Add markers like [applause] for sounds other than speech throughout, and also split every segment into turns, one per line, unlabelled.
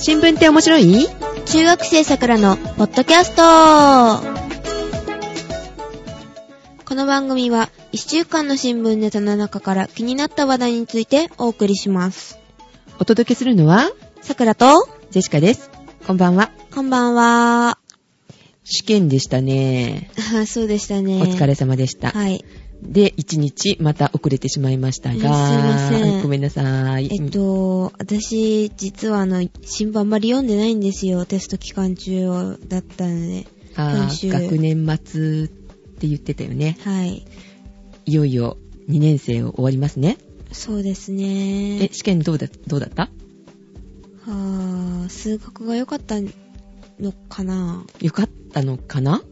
新聞って面白い
中学生さくらのポッドキャストこの番組は1週間の新聞ネタの中から気になった話題についてお送りします。
お届けするのは、
さくらと、
ジェシカです。こんばんは。
こんばんは。
試験でしたね。
あ [laughs] そうでしたね。
お疲れ様でした。
はい。
で、1日また遅れてしまいましたが、
いやすいません
ごめんなさい。
えっと、私、実はあの、新聞あんまり読んでないんですよ。テスト期間中だったので。
あ
今
ー
週
学年末って言ってたよね。
はい。
いよいよ2年生を終わりますね。
そうです
え、
ね。
試験どうだどうだった
はぁ、数学が良かったのかな
よかったのかな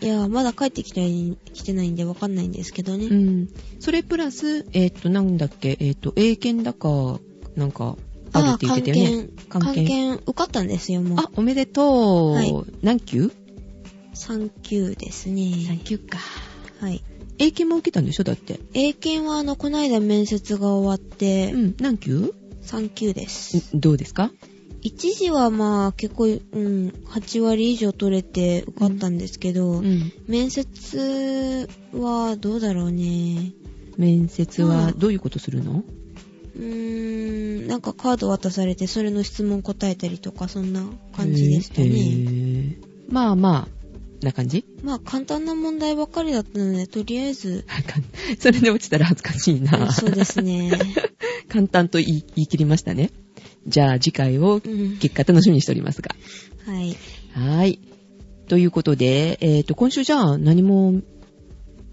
い
や、まだ帰ってきてない来てないんでわかんないんですけどね。
うん。それプラス、えっ、と、なんだっけ、えっ、と、英検だか、なんか、あるって言ってたよね。
あ漢検、漢検受かったんですよ、もう。
あ、おめでとう。
はい
何級
3級ですね。
級か。
はい。
英検も受けたんでしょだって。
英検は、あの、この間面接が終わって
う、ん。何級
3級です。
どうですか
一時はまあ、結構、うん、8割以上取れて受かったんですけど、
うん。
面接はどうだろうね。
面接は
うん
どういうことするの、
うーん、なんかカード渡されて、それの質問答えたりとか、そんな感じでした
へ
ね。
ーまあまあ、な感じ
まあ、簡単な問題ばっかりだったので、とりあ
[laughs]
えず、
それで落ちたら恥ずかしいな。
そうですね。
[laughs] 簡単と言い言い切りましたね。じゃあ次回を
うん
結果楽しみにしておりますが。
はい。
はーい。ということで、えっ、と、今週じゃあ何も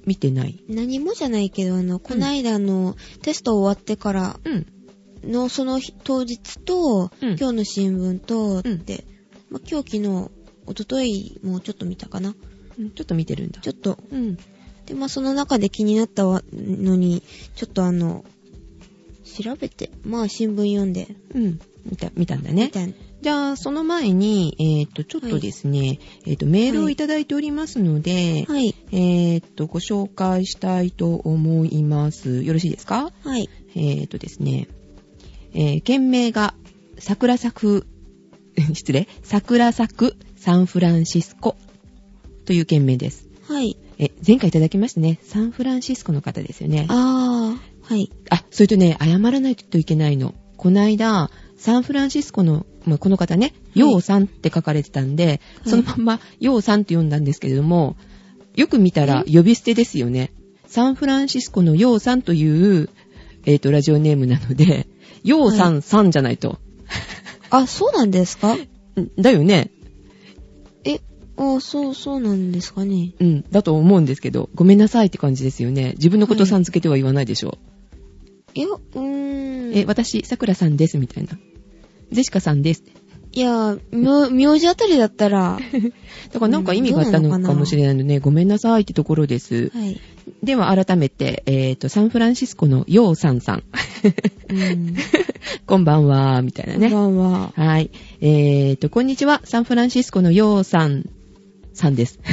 見てない。
何もじゃないけど、あの、こないだの、テスト終わってから
うん。
の、その日当日と、
うん
今日の新聞と、
うん
で、まあ、今日昨日、一昨日もちょっと見たかな。
ちょっと見てるんだ。
ちょっと。
うん。
で、まあ、その中で気になったわのに、ちょっとあの、調べて、まあ、新聞読んで、
うん。見た、見たんだ
み
ね。
たいな。
じゃあ、その前に、えっ、と、ちょっとですね、えっ、と、メールをいただいておりますので、
はい。
えっ、と、ご紹介したいと思います。よろしいですか
はい。
えっ、とですね、えー、件名が、桜咲く、 [laughs] 失礼、桜咲くサンフランシスコという件名です。
はい。
え、前回いただきましたね、サンフランシスコの方ですよね。あ、
あー。はい。
それとね、謝らないといけないの。この間、サンフランシスコの、まあ、この方ね、
い
ようさんって書かれてたんで、
はい
そのまんま、ようさんって読んだんですけれども、よく見たら呼び捨てですよね。サンフランシスコのようさんという、えっ、と、ラジオネームなので、ようさんさんじゃないと。
あ、そうなんですか
んだよね。
え、あ、そう、そうなんですかね。
うん、だと思うんですけど、ごめんなさいって感じですよね。自分のことさん付けては言わないでしょう。
いや、うーん。
え、私、さくらさんです、みたいな。ジェシカさんです。
いや、名名字あたりだったら、
[laughs]
は
だからなんか意味があったの
うんどうなのかな
かもしれないので、ごめんなさいってところです。
い。
では改めて、えっ、と、サンフランシスコのヨウさんさ [laughs] ん。
うん。
こんばんは、みたいな
こんば
ね。
んは。
はい。えっ、と、こんにちは。サンフランシスコのヨウさんさんです。 [laughs]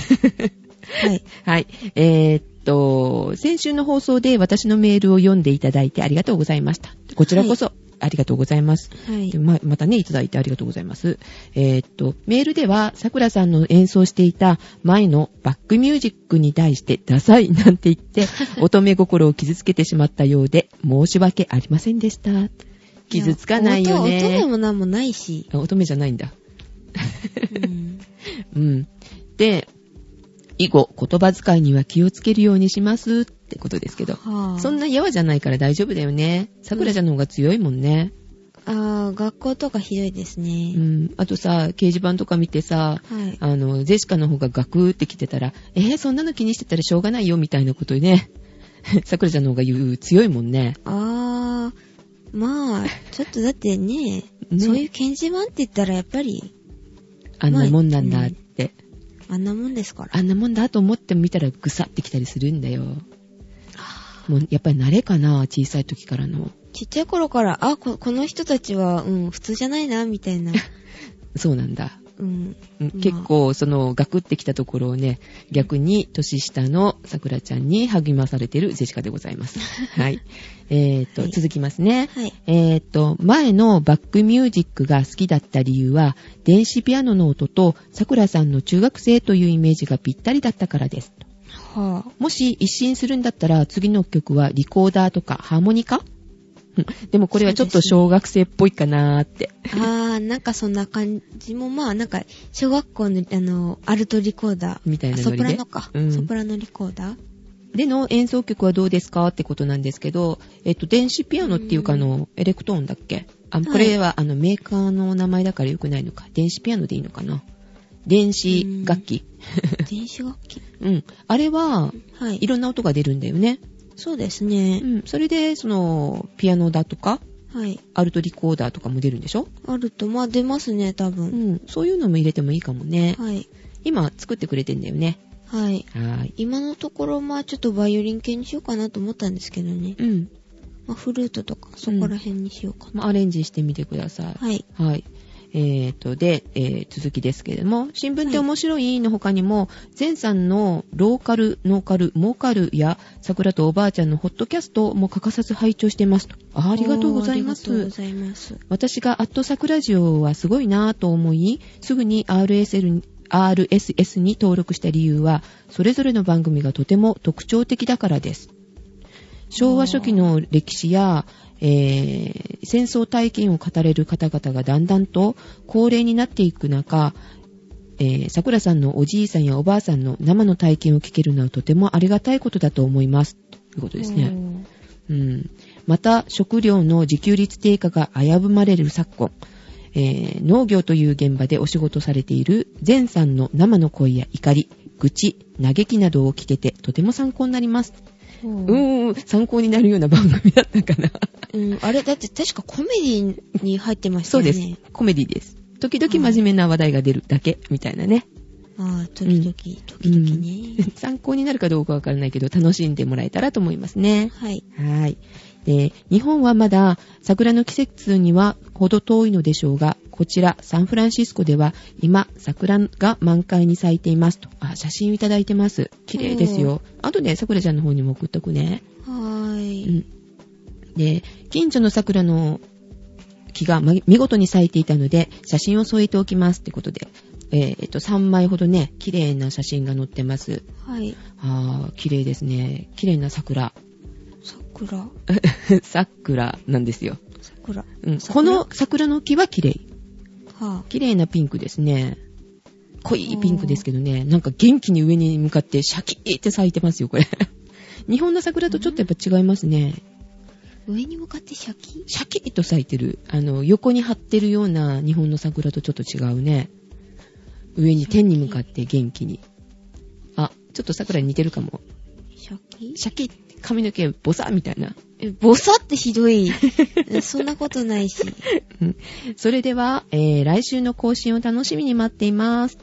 はい。
はい。えっ、と、先週の放送で私のメールを読んでいただいてありがとうございました。こちらこそ、ありがとうございます。
はい
で。ままたね、いただいてありがとうございます。えーっと、メールでは、さくらさんの演奏していた前のバックミュージックに対してダサい [laughs] なんて言って、乙女心を傷つけてしまったようで、申し訳ありませんでした。傷つかないよ
や音音で
ね。
もなんもないし。
あ乙女じゃないんだ。 [laughs]
うん。
うん。で、以後、言葉遣いには気をつけるようにしますってことですけど。
は
[laughs]
あ、
そんなやわじゃないから大丈夫だよね。さくらちゃんの方が強いもんね。
あー学校とかひどいですね
う。ん。あとさ、掲示板とか見てさ、
はい。
あの、ジェシカの方がガクって来てたら、えー、そんなの気にしてたらしょうがないよ、みたいなことね。 [laughs] さくらちゃんの方が言う、強いもんね。
あー、まあ、ちょっとだってね、
ね
そういう掲示板って言ったらやっぱり、
あんなもんなんだって。
あんなもんですから。
あんなもんだと思って見たらぐさってきたりするんだよ。もう、やっぱり慣れかな、小さい時からの。
ちっちゃい頃から、あ、ここの人たちは、うん、普通じゃないな、みたいな。
そうなんだ。
う
う
ん。
ん
まあ
結構そのガクってきたところをね逆に年下のさくらちゃんに励まされてるジェシカでござい [laughs] ますはいえー、と、
はい
続きますね
はい。
えー、と前のバックミュージックが好きだった理由は電子ピアノの音とさくらさんの中学生というイメージがぴったりだったからです
はぁ、
もし一新するんだったら次の曲はリコーダーとかハーモニカ [laughs] うんでもこれはちょっと小学生っぽいかなーって
あー、なんかそんな感じも、まあなんか、小学校の、あの、アルトリコーダー。
みたいな
あ
ノ
ソ
リ
プ
で
ラノか、
うん
ソプラノリコーダー。
での演奏曲はどうですかってことなんですけど、えっと、電子ピアノっていうか、あの、エレクトーンだっけあ、
い
これは、あの、メーカーの名前だからよくないのか。電子ピアノでいいのかな電子楽器。
電子楽器。
[laughs] うん。あれは、
はい。
いろんな音が出るんだよね。
そうですね
う。ん。それで、その、ピアノだとか、
はい。
アルトリコーダーとかも出るんでしょ
あると、まあ出ますね、多
う
分。
ん。そういうのも入れてもいいかもね。
はい。
今、作ってくれてんだよね。
はい。
はーい。
今のところ、まあちょっとバイオリン系にしようかなと思ったんですけどね。
うん。
まあフルートとか、そこら辺にしようかな。
まあアレンジしてみてください。
はい。
はい。えー、と、で、えー続きですけれども、新聞って面白いの他にも、前さんのローカル、ノーカル、モーカルや、桜とおばあちゃんのホットキャストも欠かさず拝聴してますと。あーありがとうございま
おーありがとう
す
ご。ざいます。
私がアット桜ジオはすごいなぁと思い、すぐに RSL に RSS に登録した理由は、それぞれの番組がとても特徴的だからです。昭和初期の歴史や、えー戦争体験を語れる方々がだんだんと高齢になっていく中、えー桜さんのおじいさんやおばあさんの生の体験を聞けるのはとてもありがたいことだと思います。ということですね。うん、また食料の自給率低下が危ぶまれる昨今、えー農業という現場でお仕事されている前さんの生の声や怒り愚痴嘆きなどを聞けてとても参考になります、
お
う
ー。
ーん参考になるような番組だったかな
うん、あれ、だって確かコメディに入ってました
[laughs] そう
よね。
です、コメディです時々真面目な話題が出るだけみたいなね、
ああ、時々、時々ね。
参考になるかどうかわからないけど楽しんでもらえたらと思いますね
はい。
はい。で、日本はまだ桜の季節にはほど遠いのでしょうが、こちらサンフランシスコでは今桜が満開に咲いていますと。あ、写真をいただいてます。綺麗ですよ。あとね、桜ちゃんの方にも送っとくね。
はー
う
い。
ん。で、近所の桜の木がま見事に咲いていたので、写真を添えておきますってことで。えーえっと、3枚ほどね、綺麗な写真が載ってます。
はい。
あー、綺麗ですね。綺麗な桜。 [laughs]
桜。
桜なんですよ。
桜。
うん、こ
桜
の桜の木は綺麗。
は
綺麗なピンクですね。濃いピンクですけどね、なんか元気に上に向かってシャキーって咲いてますよ、これ。日本の桜とちょっとやっぱ違いますね。
あ、上に向かってシャキ
シャキーと咲いてる。あの、横に張ってるような日本の桜とちょっと違うね。上に天に向かって元気に。あ、ちょっと桜に似てるかも。
シャキ
シャキーって髪の毛ボサみたいな。
え、ボサってひ
[laughs]
どい。えそんなことないし。
それでは、えー来週の更新を楽しみに待っています。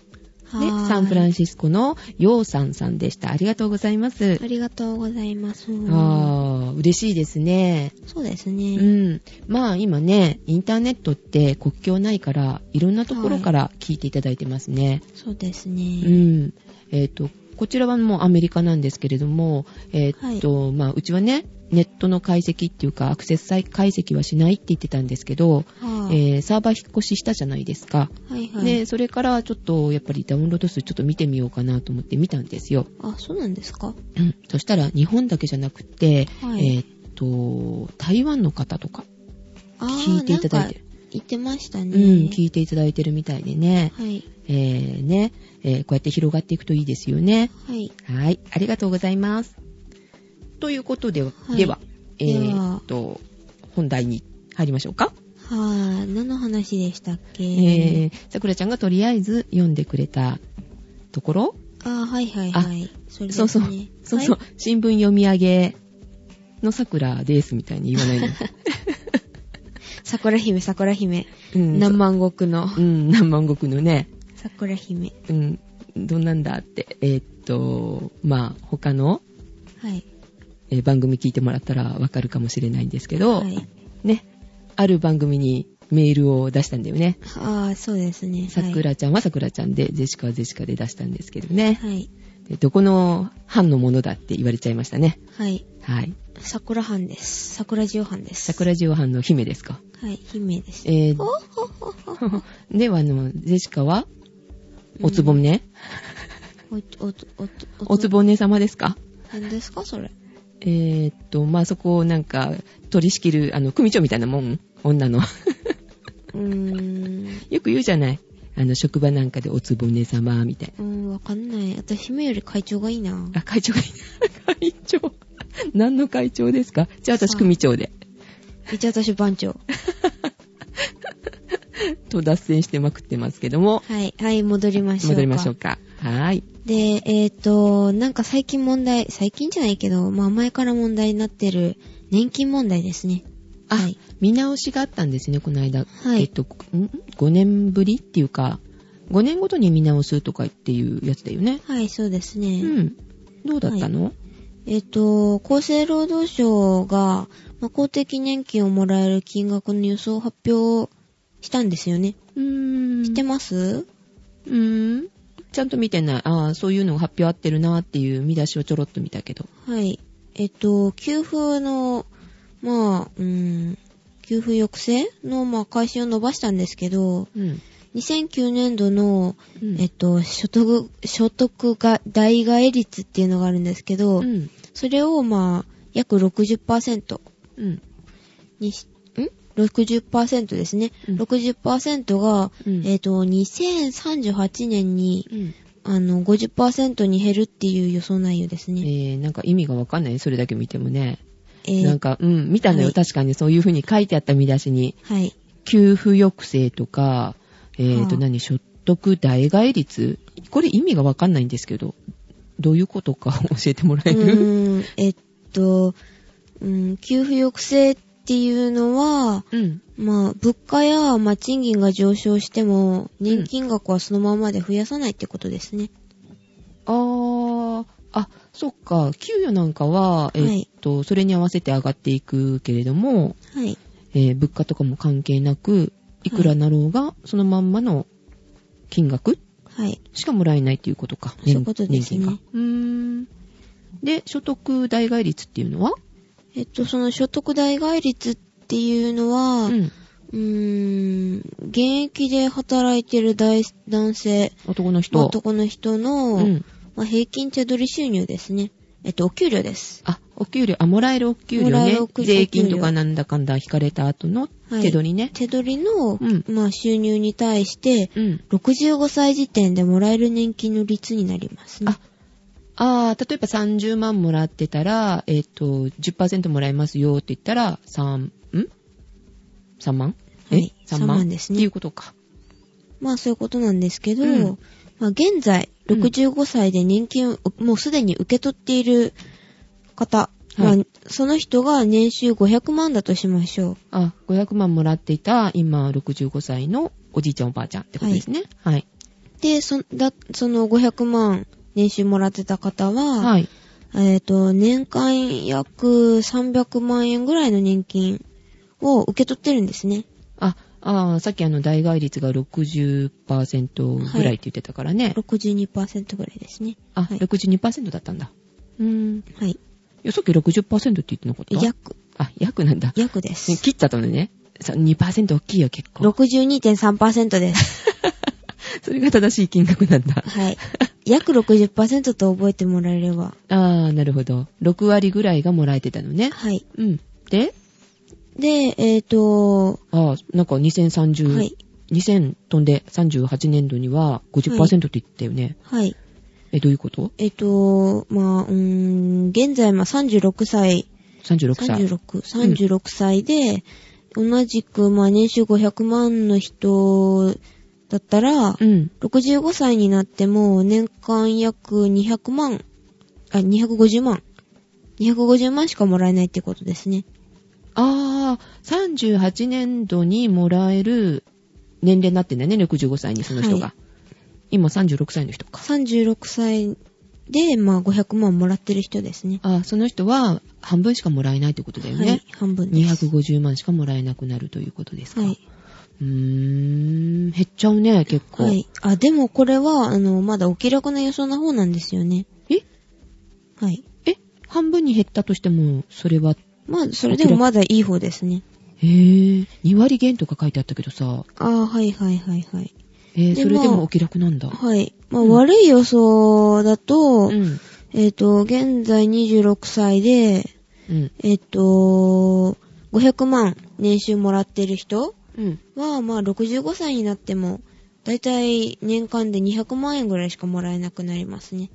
は
ね
ーい
サンフランシスコのヨウさんさんでした。ありがとうございます
あ。りがとうございます。
ああ、嬉しいですね。
そうです
う
ね。
ん。まあ今ね、インターネットって国境ないから、いろんなところから聞いていただいてますね。
そうです
う
ね。
ん。えっ、と、こちらはもうアメリカなんですけれども、えっ、と、まあうちはね、ネットの解析っていうか、アクセス解析はしないって言ってたんですけど、
はー
えーサーバー引っ越ししたじゃないですか。
はいはい。
で、それからちょっとやっぱりダウンロード数ちょっと見てみようかなと思って見たんですよ。
あ、そうなんですか
うんそしたら日本だけじゃなくて、
はい
えーっと、台湾の方とか
あー
聞いていただいてる。
なんか言ってました
う
ね。
ん、聞いていただいてるみたいでね。
はい。
えー、ね、えーこうやって広がっていくといいですよね。
はい。
はい、ありがとうございます。ということでは、
い
では、え
では
ーっと、本題に入りましょうか。
はぁ、何の話でしたっけ
えー、さくらちゃんがとりあえず読んでくれたところ、
あー、はいはいはい。それです
そ
ね
うそう、そうそう、
はい
新聞読み上げのさくらですみたいに言わない
[laughs]
の。
桜姫、桜姫。
うん
何万石の
うん、南蛮国のね、
桜姫。
うん、どんなんだって、えーっと、まあ、他の、
はい。
えー番組聞いてもらったらわかるかもしれないんですけど、
はい。
ね、ある番組にメールを出したんだよね。
ああ、そうですね。
さくらちゃんはさくらちゃんで、ジェシカはジェシカで出したんですけどね。
はい。
でどこの班のものだって言われちゃいましたね。
はい。
はい。
桜藩です。桜十藩です。
桜ジオ班の姫ですか。
はい、姫です。
えー
おほほほほ
[laughs] では、あの、ジェシカは、おつぼね、
おつ、おつ、おつ、
おつ。ぼね様ですか
何ですか、それ。
えーっと、まあ、そこをなんか、取り仕切る、あの、組長みたいなもん、女の。 [laughs]
うーん。
よく言うじゃない。あの、職場なんかでおつぼね様、みたいな。
うーん、わかんない。私、姫より会長がいいな。
あ、会長がいない。 [laughs] 会長。何の会長ですかじゃあ私
さあ
組長で。
一応私、番長。
と脱線してまくってますけども。
はい、はい、戻りましょうか。
戻りましょうか。はーい。
で、えっ、と、なんか最近問題、最近じゃないけど、まあ前から問題になってる年金問題ですね。
あ、
はい
見直しがあったんですね、この間。
はい
えっと、ん5年ぶりっていうか、5年ごとに見直すとかっていうやつだよね。
はい、そうですね。
うん。どうだったの、
えっ、と、厚生労働省が、まあ、公的年金をもらえる金額の予想を発表したんですよね。
うーん。
知ってます
うーん。ちゃんと見てない。ああ、そういうのが発表あってるなっていう見出しをちょろっと見たけど。
はい。えっ、と、給付の、まあ、うーん、給付抑制の、まあ、開始を伸ばしたんですけど、
うん。
2009年度の
うん
えっと、所得、所得が、代替率っていうのがあるんですけど、
うん。
それをまあ、約60%
うん。
にし、ん ?60% ですね。
うん
60%が、
うん
えっと、2038年に、
うん
あの、50%に減るっていう予想内容です
え
ね。
ー、なんか意味がわかんないそれだけ見てもね。
えー
なんか、うん、見たのよ。
はい
確かにそういうふうに書いてあった見出しに。 [laughs]
はい。
給付抑制とか、えー、と、
はあ
何、所得代替率これ意味がわかんないんですけど、どういうことか [laughs] 教えてもら
う
える
ーん、えっと、うん、給付抑制っていうのは、
うん。
まあ、物価や、まあ、賃金が上昇しても、年金額はそのままで増やさないってことですね。
あー、あ、そっか、給与なんかは、えーっと、それに合わせて上がっていくけれども、
はい。
えー物価とかも関係なく、いくらなろうが、そのまんまの金額
はい。
しかもらえないということか。
そういうことです
年
ね
金かうーん。で、所得代替率っていうのは
えっと、その所得代替率っていうのは、
う。
うんーん、現役で働いてる大男性、
男の人。
男の人の、
うん。
まあ、平均手取り収入ですね。えっと、お給料です。
あ、お給料、あ、もらえるお給料
もらえ
ね
るお。給料
税金とかなんだかんだ引かれた後の
はい
手取りね。
手取りの、
うん
まあ、収入に対して、
うん。
65歳時点でもらえる年金の率になりますね。
あああ、例えば30万もらってたら、えっ、と、10%もらえますよって言ったら、3、ん ?3 万え、
はい
3
3
万
万ですね
っていうことか。
まあそういうことなんですけど、
うん
まあ現在、
うん
65歳で年金をもうすでに受け取っている方、
はい
まあその人が年収500万だとしましょう。
あ、500万もらっていた、今65歳のおじいちゃんおばあちゃんってことですね。はい。
で、そだその500万年収もらってた方は、
はい。
えっ、と、年間約300万円ぐらいの年金を受け取ってるんですね。
あ、あーさっきあの、代替率が60%ぐらいって言ってたからね。
62%ぐらいですね。
あ、
はい
62%だったんだ。うーん。
はい。
よそっき60%って言ってなかった
約、
あ、約なんだ。
約です。
切ったとね。さ2%大きいよ、結構。
62.3%です。
[laughs] それが正しい金額なんだ。
はい。約60%と覚えてもらえれば。
[laughs] あー、なるほど。6割ぐらいがもらえてたのね。
はい。
うん。で、
で、えっ、と、
あー、なんか2030、
はい。
2000飛んで38年度には50%って言ったよね。
はい。
え、どういうこと
えっ、と、まあ、うーん、現在、まあ、36歳、
?36 歳。
36、36歳で、同じく、まあ、年収500万の人だったら、
うん。
65歳になっても、年間約200万、あ、250万。250万しかもらえないってことですね。
あー、38年度にもらえる年齢になってんだよね、65歳にその人が。
は
今36歳の人か。
36歳で、まあ、500万もらってる人ですね。
あその人は半分しかもらえないってことだよね。
はい、半分です。
250万しかもらえなくなるということですか。
はい。
うーん、減っちゃうね、結構。
はい。あ、でもこれは、あの、まだお気楽な予想な方なんですよね。
え
はい。
え半分に減ったとしても、それは、
まあ、それでもまだいい方ですね。
へぇ、2割減とか書いてあったけどさ、
あーはいはいはいはい。
えー、
で
それで
まあ
もお気楽なんだ。
はい。まあ、
うん
悪い予想だと、
うん。
えっ、と、現在26歳で、
うん。
えっ、と、500万年収もらってる人
うん。
は、まあ、65歳になっても、だいたい年間で200万円ぐらいしかもらえなくなりますね。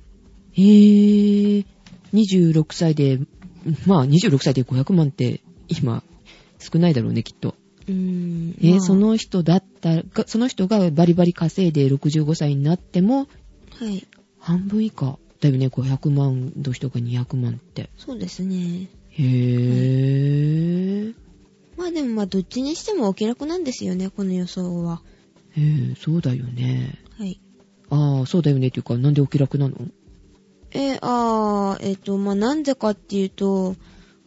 へぇ、26歳で、まあ26歳で500万って、今、少ないだろうね、きっと。
うーん。
えー
まあ
そ、の人だったが、その人がバリバリ稼いで65歳になっても、
はい。
半分以下だよね、500万の人が200万って。
そうですね。
へぇー。
まあでもまあどっちにしてもお気楽なんですよね、この予想は。
えー、そうだよね。
はい。
ああ、そうだよねっていうか、なんでお気楽なの
えー、あー、えっ、と、まあなんでかっていうと、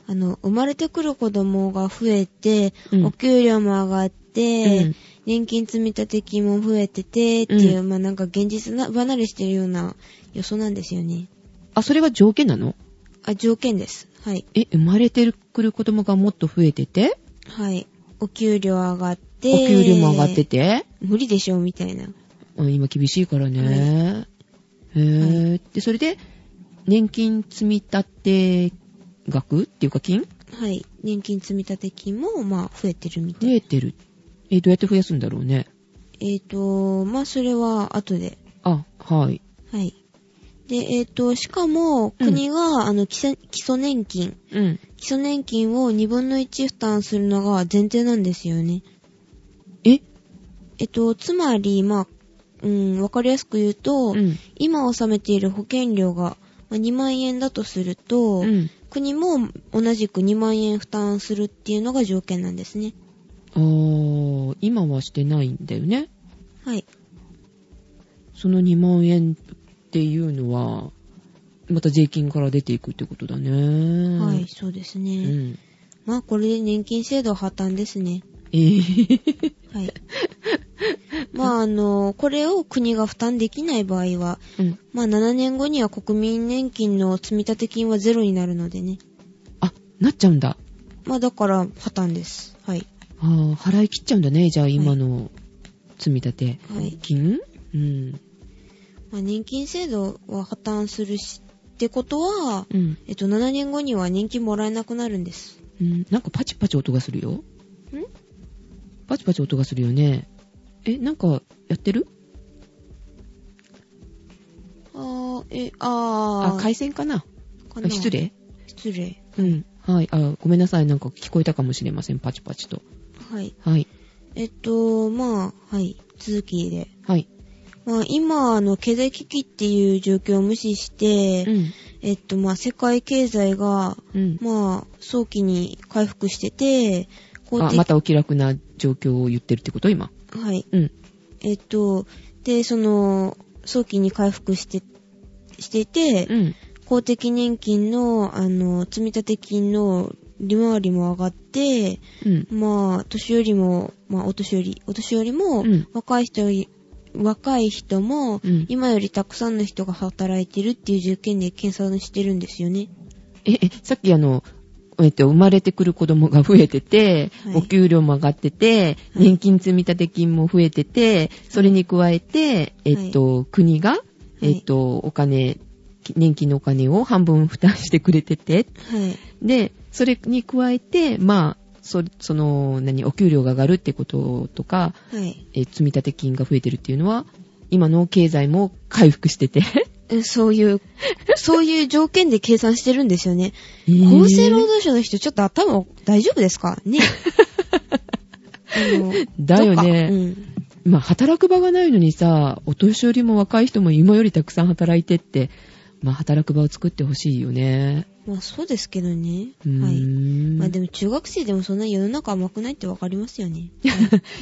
あの、生まれてくる子供が増えて、
うん
お給料も上がって、
うん
年金積立金も増えてて、っていう、まあなんか現実な離れしてるような予想なんですよね。
あ、それは条件なの
あ、条件です。はい。
え、生まれてくる子供がもっと増えてて、
はい。お給料上がって、
お給料も上がってて、
無理でしょ、みたいな。
うん今厳しいからね。へぇー、で、それで、年金積み立て額っていうか金
はい。年金積立金も、まあ、増えてるみたいな
増えてる。え、どうやって増やすんだろうね。
えっ、と、まあ、それは後で。
あ、はい。
はい。で、えっ、と、しかも、国が、あの基礎、基礎年金、
うん。
基礎年金を2分の1負担するのが前提なんですよね。
え
えっ、と、つまり、まあ、うん、わかりやすく言うと、
うん。
今納めている保険料が、まあ、2万円だとすると、
うん。
国も同じく2万円負担するっていうのが条件なんですね。
あー、今はしてないんだよね。
はい。
その2万円っていうのは、また税金から出ていくってことだね。
はい、。そうです
う
ね。
ん。
まあ、これで年金制度破綻ですね。
えー [laughs]
はい。まあ、あの、これを国が負担できない場合は、
うん。
まあ、7年後には国民年金の積立金はゼロになるのでね。
あ、なっちゃうんだ。
まあ、だから、破綻です。はい。
あー、払い切っちゃうんだね。じゃあ今の積み立て。
はい
金うん。
まあ、年金制度は破綻するし、ってことは、
うん。
えっと、7年後には年金もらえなくなるんです。
うん。なんかパチパチ音がするよ。
ん
パチパチ音がするよね。え、なんかやってる
あー、え、
あ
あー。
回線かな
か
あ
な
失。礼
失礼。
うん。はい。あ、ごめんなさい。なんか聞こえたかもしれません。パチパチと。
はい。
はい。
えっと、まあ、はい。続きで。
はい。
まあ、今、あの、経済危機っていう状況を無視して、
うん。
えっと、まあ、世界経済が、
うん。
まあ、早期に回復してて、公
あ、またお気楽な状況を言ってるってこと今。
はい。
うん。
えっと、で、その、早期に回復して、していて、
うん。
公的年金の、あの、積立金の利回りも上がって、
うん。
まあ、年寄りも、まあ、お年寄り、お年寄りも、
うん
若い人より、若い人も、
うん
今よりたくさんの人が働いてるっていう条件で検査をしてるんですよね。
え、え、さっきあの、えっと、生まれてくる子供が増えてて、
はい
お給料も上がってて、
はい
年金積立金も増えてて、それに加えて、えっと、国が、えっと、お金、年金のお金を半分負担してくれてて
はい。
で、それに加えて、まあ、そその、何、お給料が上がるってこととか、
はい。
えー積立金が増えてるっていうのは、今の経済も回復してて。
えそういう、 [laughs] そういう条件で計算してるんですよね。厚生労働省の人、ちょっと頭大丈夫ですか
[laughs]
ね。あの
だよ
どっかう
ね。
ん。
まあ、働く場がないのにさ、お年寄りも若い人も今よりたくさん働いてって、まあ、働く場を作ってほしいよね。 [laughs]
まあそうですけどね。
うー
はい。
ん
まあでも中学生でもそんな世の中甘くないってわかりますよね。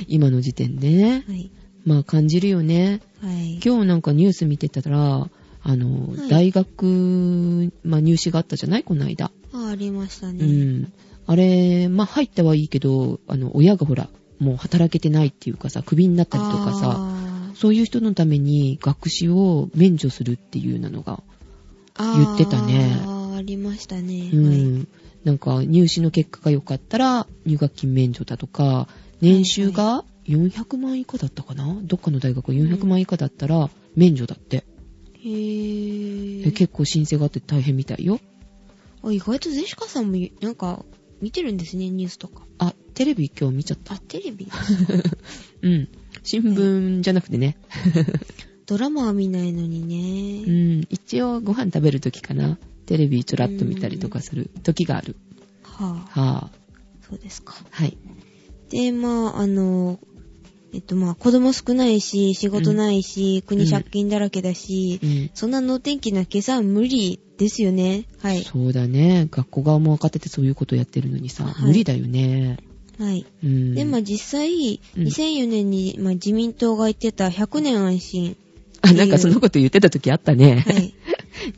今の時点でね。
はい。
まあ、感じるよね。
はい。
今日なんかニュース見てたら、あの、
はい
大学、まあ、入試があったじゃないこの間。
あありました
う
ね。
ん。あれ、まあ、入ったはいいけど、あの、親がほら、もう働けてないっていうかさ、クビになったりとかさ、
あ
そういう人のために学資を免除するっていうなのが、
ー
言ってたね
あーありましたね。
う
はい。
ん、なんか入試の結果が良かったら入学金免除だとか、年収が400万以下だったかなどっかの大学が400万以下だったら免除だって。
へぇ
で
ー。
結構申請があって大変みたいよ。
あ、意外とゼシカさんも、なんか、見てるんですね、ニュースとか。
あ、テレビ今日見ちゃった。
あ、
[laughs]
テレビ
うん。新聞じゃなくてね。
ドラマは見ないの
う
にね。
ん。一応ご飯食べるときかな。テレビちょらっと見たりとかする時がある。
はぁ、
は
そうですか
あ。。はい。
で、まあ、あの、えっと、まあ、子供少ないし、仕事ないし、国借金だらけだし、
うん。
そんな能天気な計算無理ですよね。はい。
そうだね。学校側も若手てそういうことやってるのにさ、
はい
無理だよね。
はい。
うん。
で、まあ、実際、
うん
2004年に、まあ、自民党が言ってた100年安心。
あ、なんかそのこと言ってた時あった
[laughs]
ね。 [laughs]
はい。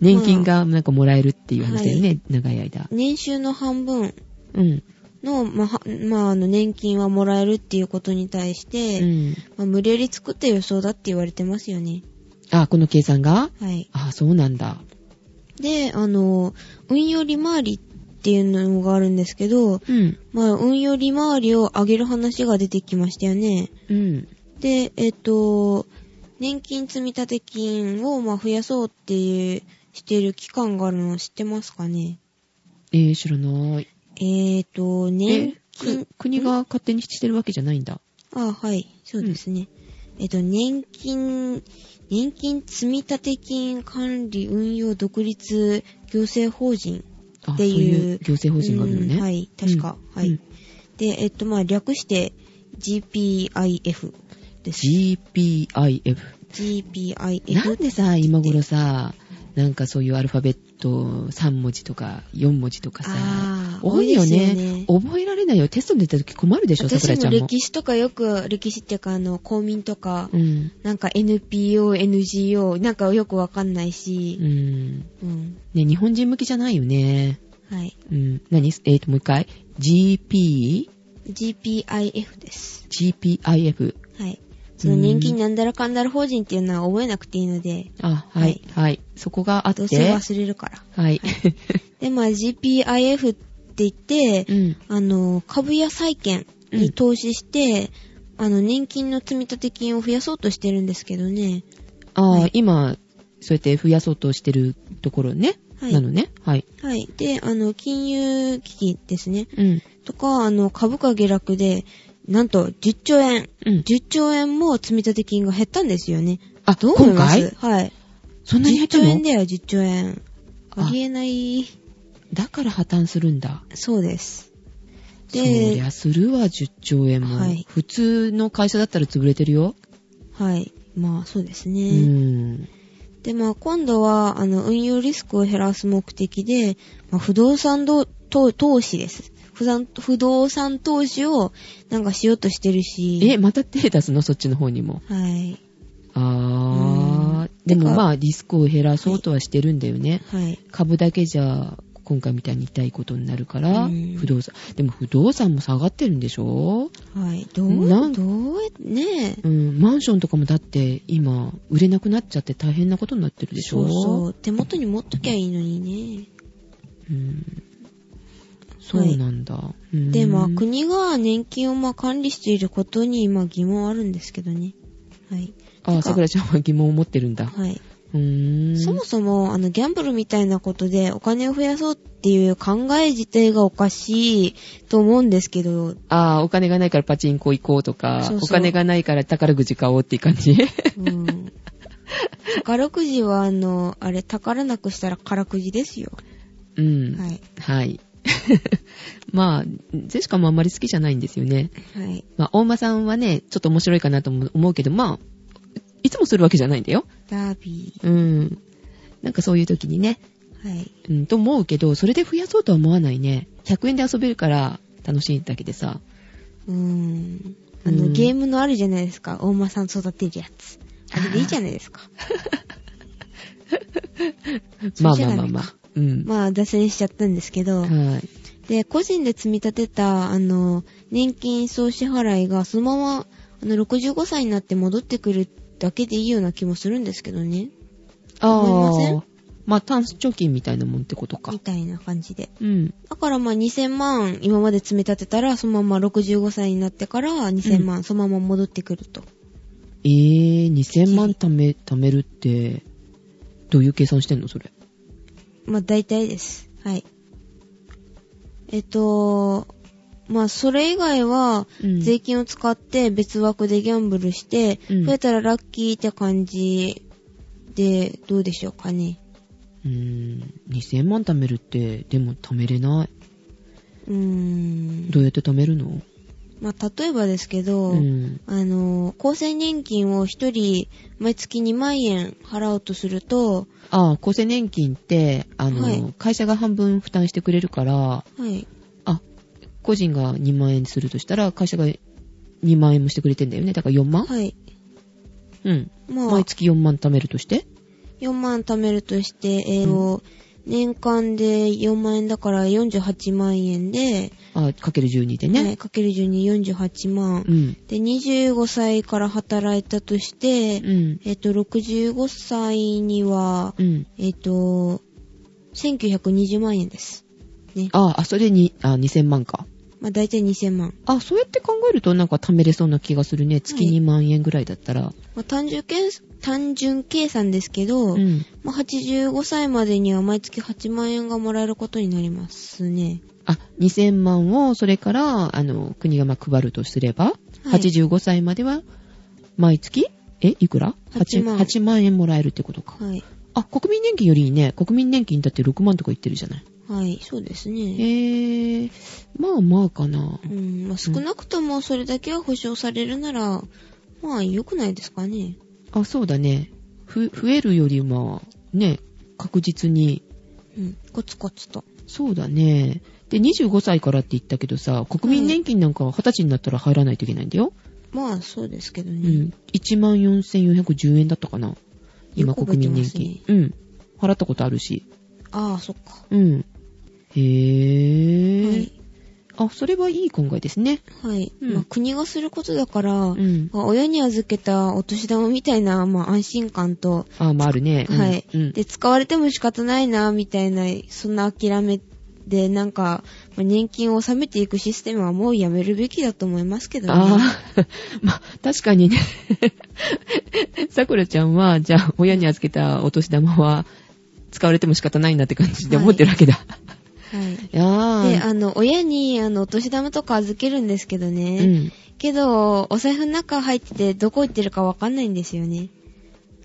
年金がなんかもらえるっていう話だよね、長い間。
年収の半分
うん。
の、まあ、はまあ、あの、年金はもらえるっていうことに対し
う
て、
ん。
まあ、無理やり作った予想だって言われてますよね。
あ、この計算が
はい。
あ、そうなんだ。
で、あの、運用利回りっていうのがあるんですけど、
うん。
まあ、運用利回りを上げる話が出てきましたよね。
うん。
で、えっと、年金積立金をまあ増やそうっていう、している期間があるの知ってますかね
えー、知らない。
えっと、
え
年、金
く、国が勝手にしてるわけじゃないんだ。
あ、はい、そうですね。えっと、年金、年金積立金管理運用独立行政法人。
あ、
っ
そう
ていう
いう行政法人があるの
う
ね。
んはい、確か。
うん
はい。
うん
で、えっと、まあ、略して GPIF です。
GPIF。な
GPIF
んでさ、今頃さ、なんかそういうアルファベット3文字とか4文字とかさ
あ、ー
多いよ
多い
ね
ですよね
覚えられないよ。テストに出た時困るでしょ、さく
私
らち
も
ゃんも。
歴史とかよく、歴史っていうか、あの、公民とか、
うん。
なんか NPO、NGO、なんかよくわかんないうし、
ん。
うん。
ね、日本人向きじゃないよね。
はい。
うん。何えっ、と、もう一回。GP、
GPIF です。
GPIF。
はい。その年金なんだらかんだら法人っていうのは覚えなくていいので、
あ、はい、はい、そこがあっ
ど
て。
うせ忘れるから。
はい。
で、まあ GPIF って言って、
[laughs] うん。
あの、株や債券に投資して、あの、年金の積立金を増やそうとしてるんですけどね。
ああ、
はい
今、そうやって増やそうとしてるところね。
はい
なのね。はい。
はい。で、あの、金融危機ですね。
うん。
とか、あの、株価下落で、なんと10兆円、
うん。
10兆円も積立金が減ったんですよね。
あ、
どう思い
今
ます
回
はい。
そんなに減っ
10
た
兆
の
円だよ、10兆円。
あ
ありえない。
だから破綻するんだ。
そうです。
そり
で、
ゃするわ、10兆円も、
はい
普通の会社だったら潰れてるよ。
はい。まあ、そうです
う
ね。
ん。
で、まあ、今度は、あの、運用リスクを減らす目的で、まあ、不動産ど投投資です。不動産不動産投資を、なんかしようとしてるし。
え、また手出すのそっちの方にも。
はい。
あー、で
だ
も
から
まあリスクを減らそうとはしてるんだよね。
はい。
株だけじゃ今回みたいに痛いことになるから、
うん
不動産。でも不動産も下がってるんでしょ
はい。ど
な
う、
ん
どうや、ねえ。
うん、マンションとかもだって今売れなくなっちゃって大変なことになってるでし
そ
ょ
うそう。手元に持っときゃいいのにね。
うん、そうなんだ。うん
で、まあ、国が年金をまあ管理していることに、まあ疑問はあるんですけどね。はい。
あ、さくらちゃんは疑問を持ってるんだ。
はい。
うーん。
そもそも、あの、ギャンブルみたいなことでお金を増やそうっていう考え自体がおかしいと思うんですけど、
ああ、お金がないからパチンコ行こうとか、
そうそ
お
う
金がないから宝くじ買おうっていう感
[laughs]
じ。 [laughs]
うん。宝くじは、あの、あれ、宝なくしたら空くじですよ。
うん。
はい。
はい。 [laughs] まあ、ゼシカもあんまり好きじゃないんですよね。
はい。
まあ、大馬さんはね、ちょっと面白いかなとも思うけど、まあ、いつもするわけじゃないんだよ。
ダービ
うん。なんかそういう時にね、
ー。はい。
うん、と思うけど、それで増やそうとは思わないね。100円で遊べるから楽しいだけでさ。
うーん。あ
う
の、
ん
ゲームのあるじゃないですか。大間さん育てるやつ。あれでいいじゃないですか。
ま
そ
あ
うじゃ
まあ
な
[laughs]
い
まあまあ。うん。
まあ、脱線しちゃったんですけど、
はい。
で、個人で積み立てた、あの、年金総支払いがそのまま、あの、65歳になって戻ってくるだけでいいような気もするんですけどね。思いません
ああ。まあ、単貯金みたいなもんってことか
み。たいな感じで。
うん。
だからまあ2000万今まで積み立てたら、そのまま65歳になってから2000万、そのまま戻ってくると。
ええ2000万貯め、貯めるって、どういう計算してんのそれ。
まあ大体です。はい。えっと、まあそれ以外は、
うん
税金を使って別枠でギャンブルして、
うん
増えたらラッキーって感じで、どうでしょうかね。
うーん。2000万貯めるって、でも貯めれない。
うーん。
どうやって貯めるの
まあ例えばですけど、
うん。
あの、厚生年金を一人毎月2万円払うとすると、
ああ、厚生年金って、あの、
はい
会社が半分負担してくれるから、
はい。
あ、個人が2万円するとしたら、会社が2万円もしてくれてんだよね。だから4万、
はい。
うん。
まあ、
毎月4万貯めるとして
4万貯めるとして、えーと年間で4万円だから48万円で、
あ、かける12でね。
はいかける順に48万。
うん。
で、25歳から働いたとして、
うん。
えっ、と、65歳には、
うん。
えっ、と、1920万円です。ね。
ああ、それに、あ、2000万か。
まあ、大体2000万。
あ、そうやって考えるとなんか貯めれそうな気がするね。月
はい
2万円ぐらいだったら。
まあ、単純計、単純計算ですけど、
うん。
まあ、85歳までには毎月8万円がもらえることになりますね。
あ、2000万を、それから、あの、国がまあ配るとすれば、
はい
85歳までは、毎月、え、いくら
8万
8, 8万円もらえるってことか。
はい。
あ、国民年金よりいいね。国民年金だって6万とか言ってるじゃない。
はい、そうですね。
へえまあまあかな。
うん、まあ、少なくともそれだけは保証されるなら、まあ良くないですかね。
あ、そうだね。ふ、増えるよりも、ね、確実に、
うん、コツコツと。
そうだね。で、25歳からって言ったけどさ、国民年金なんかは20歳になったら入らないといけないんだよ。
まあそうですけど
う
ね。
ん。14,410円だったかな。今、
よく覚
国
えて
民
ま
年
すね
金。うん。払ったことあるし。
ああ、そっか。
うん。へえ、
はい。
あ、それはいい考えですね。
はい。
うん
まあ国がすることだから、
うん。
まあ親に預けたお年玉みたいな、まあ安心感と、
あ、まああるね。うん
はい、
うん。
で、使われても仕方ないな、みたいな、そんな諦めで、なんか、まあ年金を納めていくシステムはもうやめるべきだと思いますけどね。
ああ、 [laughs] まあ、確かにね、 [laughs] さくらちゃんは、じゃあ、親に預けたお年玉は、使われても仕方ないなって感じで思ってるわけだ。
はい。
い、 [laughs] や
で、
ー、
あの、親に、あの、お年玉とか預けるんですけどね。
うん。
けど、お財布の中入ってて、どこ行ってるかわかんないんですよね。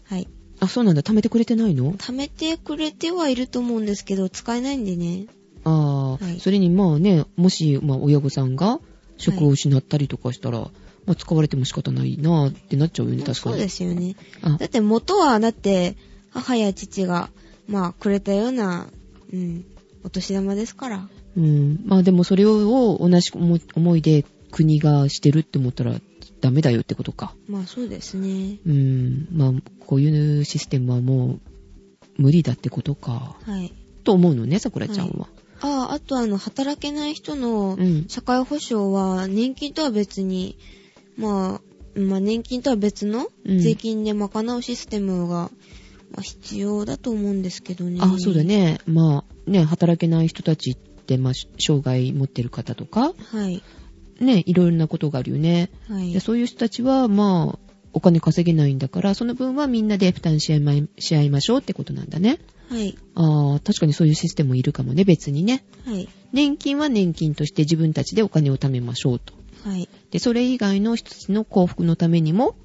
はい。
あ、そうなんだ。貯めてくれてないの
貯めてくれてはいると思うんですけど、使えないんでね。
ああ、
はい
それにまあね、もし、まあ、親御さんが職を失ったりとかしたら、まあ、使われても仕方ないなーってなっちゃうよね、確か
そ
に。
うですよね。
あ
だって元は、だって、母や父が、まあ、くれたような、うん、お年玉ですから。
うん。まあでもそれを同じ思い思いで国がしてるって思ったらダメだよってことか。
まあ、そうですね。
うん。まあ、こういうシステムはもう無理だってことか。
はい。
と思うのね、さくらちゃんは。
ああ、あとあの、働けない人の、
うん。
社会保障は年金とは別に、まあ、まあ年金とは別の
うん
税金で賄うシステムが、まあ、必要だと思うんですけどね。
あ、そうだ。ね。まあ、ね、働けない人たちって、まあ、し障害持ってる方とか、
はい。
ね、いろいろなことがあるよね。
はい。
でそういう人たちは、まあ、お金稼げないんだから、その分はみんなで負担し合いまし合いましょうってことなんだね。
はい。
ああ、確かにそういうシステムもいるかもね、別にね。
はい。
年金は年金として自分たちでお金を貯めましょうと。
はい。
で、それ以外の一つの幸福のためにも、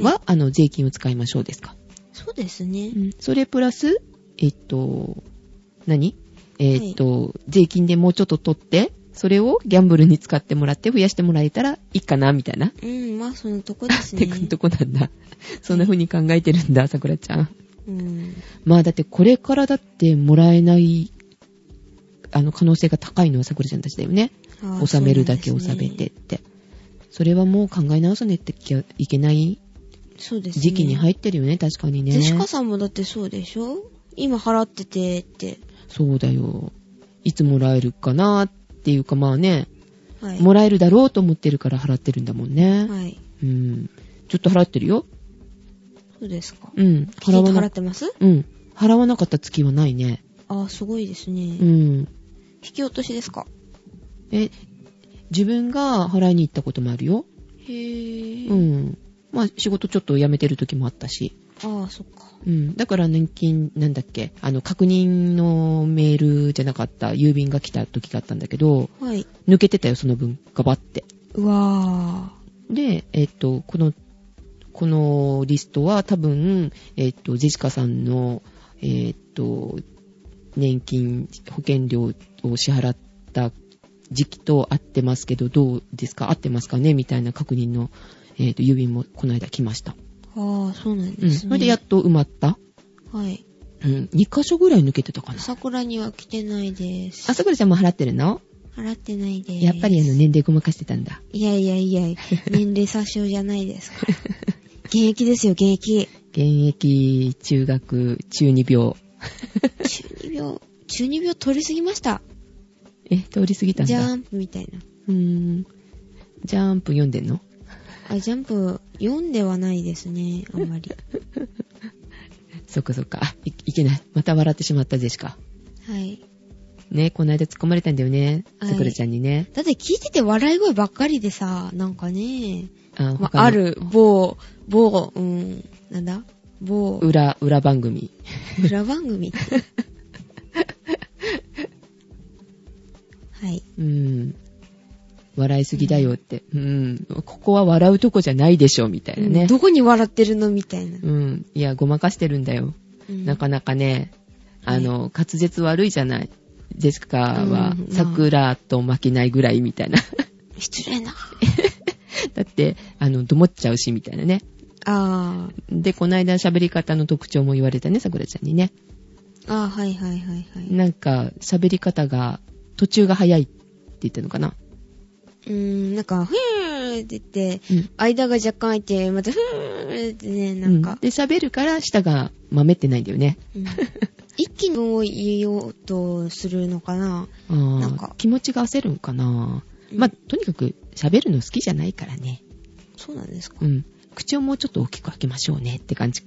は、あの、税金を使いましょうですか。
そうですね
う。ん。それプラス、えっと、何えっと、税金でもうちょっと取って、それをギャンブルに使ってもらって増やしてもらえたらいいかな、みたいな。っ
うん、まあそのとこで
[laughs]
す
て
ね。
くとこなんだ。そんな風に考えてるんだ、さくらちゃん。
うん。
まあだってこれからだってもらえない、あの可能性が高いのはさくらちゃんたちだよね。
ああ
収めるだけ
そうな
収
んで
め
すね
てって。それはもう考え直さねってきゃいけない
そうですね。
時期に入
っ
ってるよね、確かに
て
ね
ね。。ジェシカさんもだってそうでしょ今払っててって。
そうだよ。いつもらえるかなっっていうかまあね、
はい。
もらえるだろうと思ってるから払ってるんだもんね。
はい。
うん。ちょっと払ってるよ。
そうですか。
うん。
きちんと払
な
っ、てます
うん。払わなかった月はないね。
ああ、すごいです
う
ね。
ん。
引き落としですか
え、自分が払いに行ったこともあるよ。
へえ。
う。ん。まあ仕事ちょっと辞めてる時もあったし。
ああ、そっか。
うん。だから年金、なんだっけ、あの、確認のメールじゃなかった、郵便が来た時があったんだけど、
はい。
抜けてたよ、その分。ガバって。
うわ
で、えっと、この、このリストは多分、えっと、ジェシカさんの、えっと、年金、保険料を支払った時期と合ってますけど、どうですか合ってますかねみたいな確認の、えっと、郵便もこの間来ました。
ー。ああ、そうなん
う
で
ん。
す
そ
ね。
れでやっと埋まった。
はい。
うん。2箇所ぐらい抜けてたかな。
桜には来てないです
あ。さくらちゃんも払ってるの
払ってないです。
やっぱりあの、年齢ごまかしてたんだ。
いやいやいや、年齢詐称じゃないで
[laughs]
すから。現役ですよ、現役。
現役、中学、中二病。
中二病、中二病取りすぎました。
[laughs] え、通り過ぎたんだ。
ジャンプみたいな。
うーん。ジャンプ読んでんの
あ、ジャンプ読んではないですね、あんまり。
そっかそっか。あい、いけない。また笑ってしまったジェシカ。
はい。
ね、この間突っ込まれたんだよね。
はい
さくらちゃんにね。
だって聞いてて笑い声ばっかりでさ、なんかね、
あ
ま
他の
あ、ある、某、某、うん、なんだ某、
裏、裏番組。
裏番組
[laughs]
って。はい。
うん。笑いすぎだよって。うん。ここは笑うとこじゃないでしょ、みたいなね。
どこに笑ってるのみたいな。
うん。いや、ごまかしてるんだよ。
うん
なかなかね、あの、滑舌悪いじゃない。ジェシカは
う、ん
さくらと負けないぐらいみたいな。 [laughs]
失礼な。 [laughs]
だって、あの、どもっちゃうし、みたいなね。
あー。
で、この間喋り方の特徴も言われたね、桜ちゃんにね。
あー、はいはいはいはい。
なんか、喋り方が、途中が早いって言ったのかな。
うーん、なんか、ふーって言って、
うん
間が若干空いて、またふーってね、なん
う
か、
で、喋るから舌が豆ってないんだよね。
うん一気に文を言おうとするのかな。
あー
なんか
気持ちが焦るんかな。
うん
まあ、とにかく喋るの好きじゃないからね。
そうなんですか。
うん。口をもうちょっと大きく開けましょうねって感じ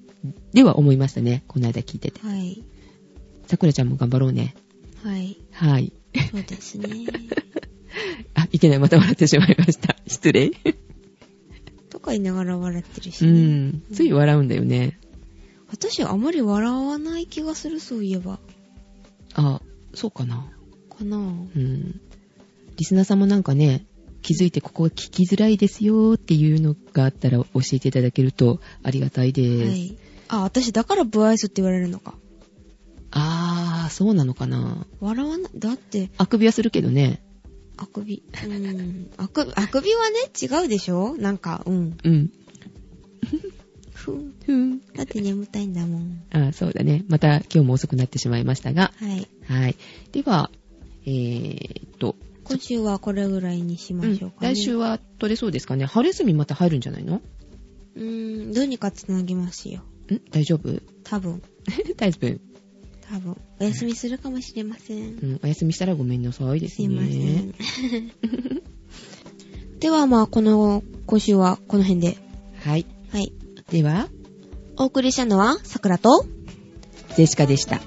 では思いましたね。この間聞いてて。
はい。
桜ちゃんも頑張ろうね。
はい。
はい。
そうで
[laughs]
すね。
あ、いけない。また笑ってしまいました。失礼。
[laughs] とか言いながら笑ってるし
う
ね、
ん。つい笑うんだよね。
私はあまり笑わない気がする、そういえば。
あ、そうかな。
かなぁ。
うん。リスナーさんもなんかね、気づいてここが聞きづらいですよっていうのがあったら教えていただけるとありがたいです。
はい。あ、私だから不愛想って言われるのか。
あー、そうなのかな。
笑わない。だって、
あくびはするけどね。
あくび。うん。あく、あくびはね、違うでしょなんか、うん。
うん。
ふん。
ふん。
だって眠たいんだもん。
あーそうだね。また今日も遅くなってしまいましたが。
はい。
はい。では、えーっと、
今週はこれぐらいにしま
うん
しょうかね。
来週は取れそうですかね。春休みまた入るんじゃないのん
うーん、どうにかつなぎますよ。
大丈夫 [laughs]
多分。
大丈夫、
多分。お休みするかもしれません。
うん、お休みしたらごめんなさいです
す
ね。
いません。 [laughs] ではまあ、この、今週はこの辺で。
はい。
はい。
では、
お送りしたのは、さくらと、
ジェシカでした。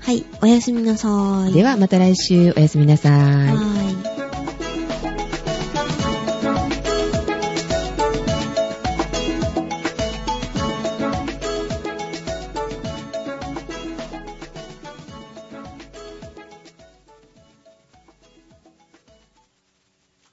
はい。おやすみなさーい。
ではまた来週おやすみなさい。
はーい。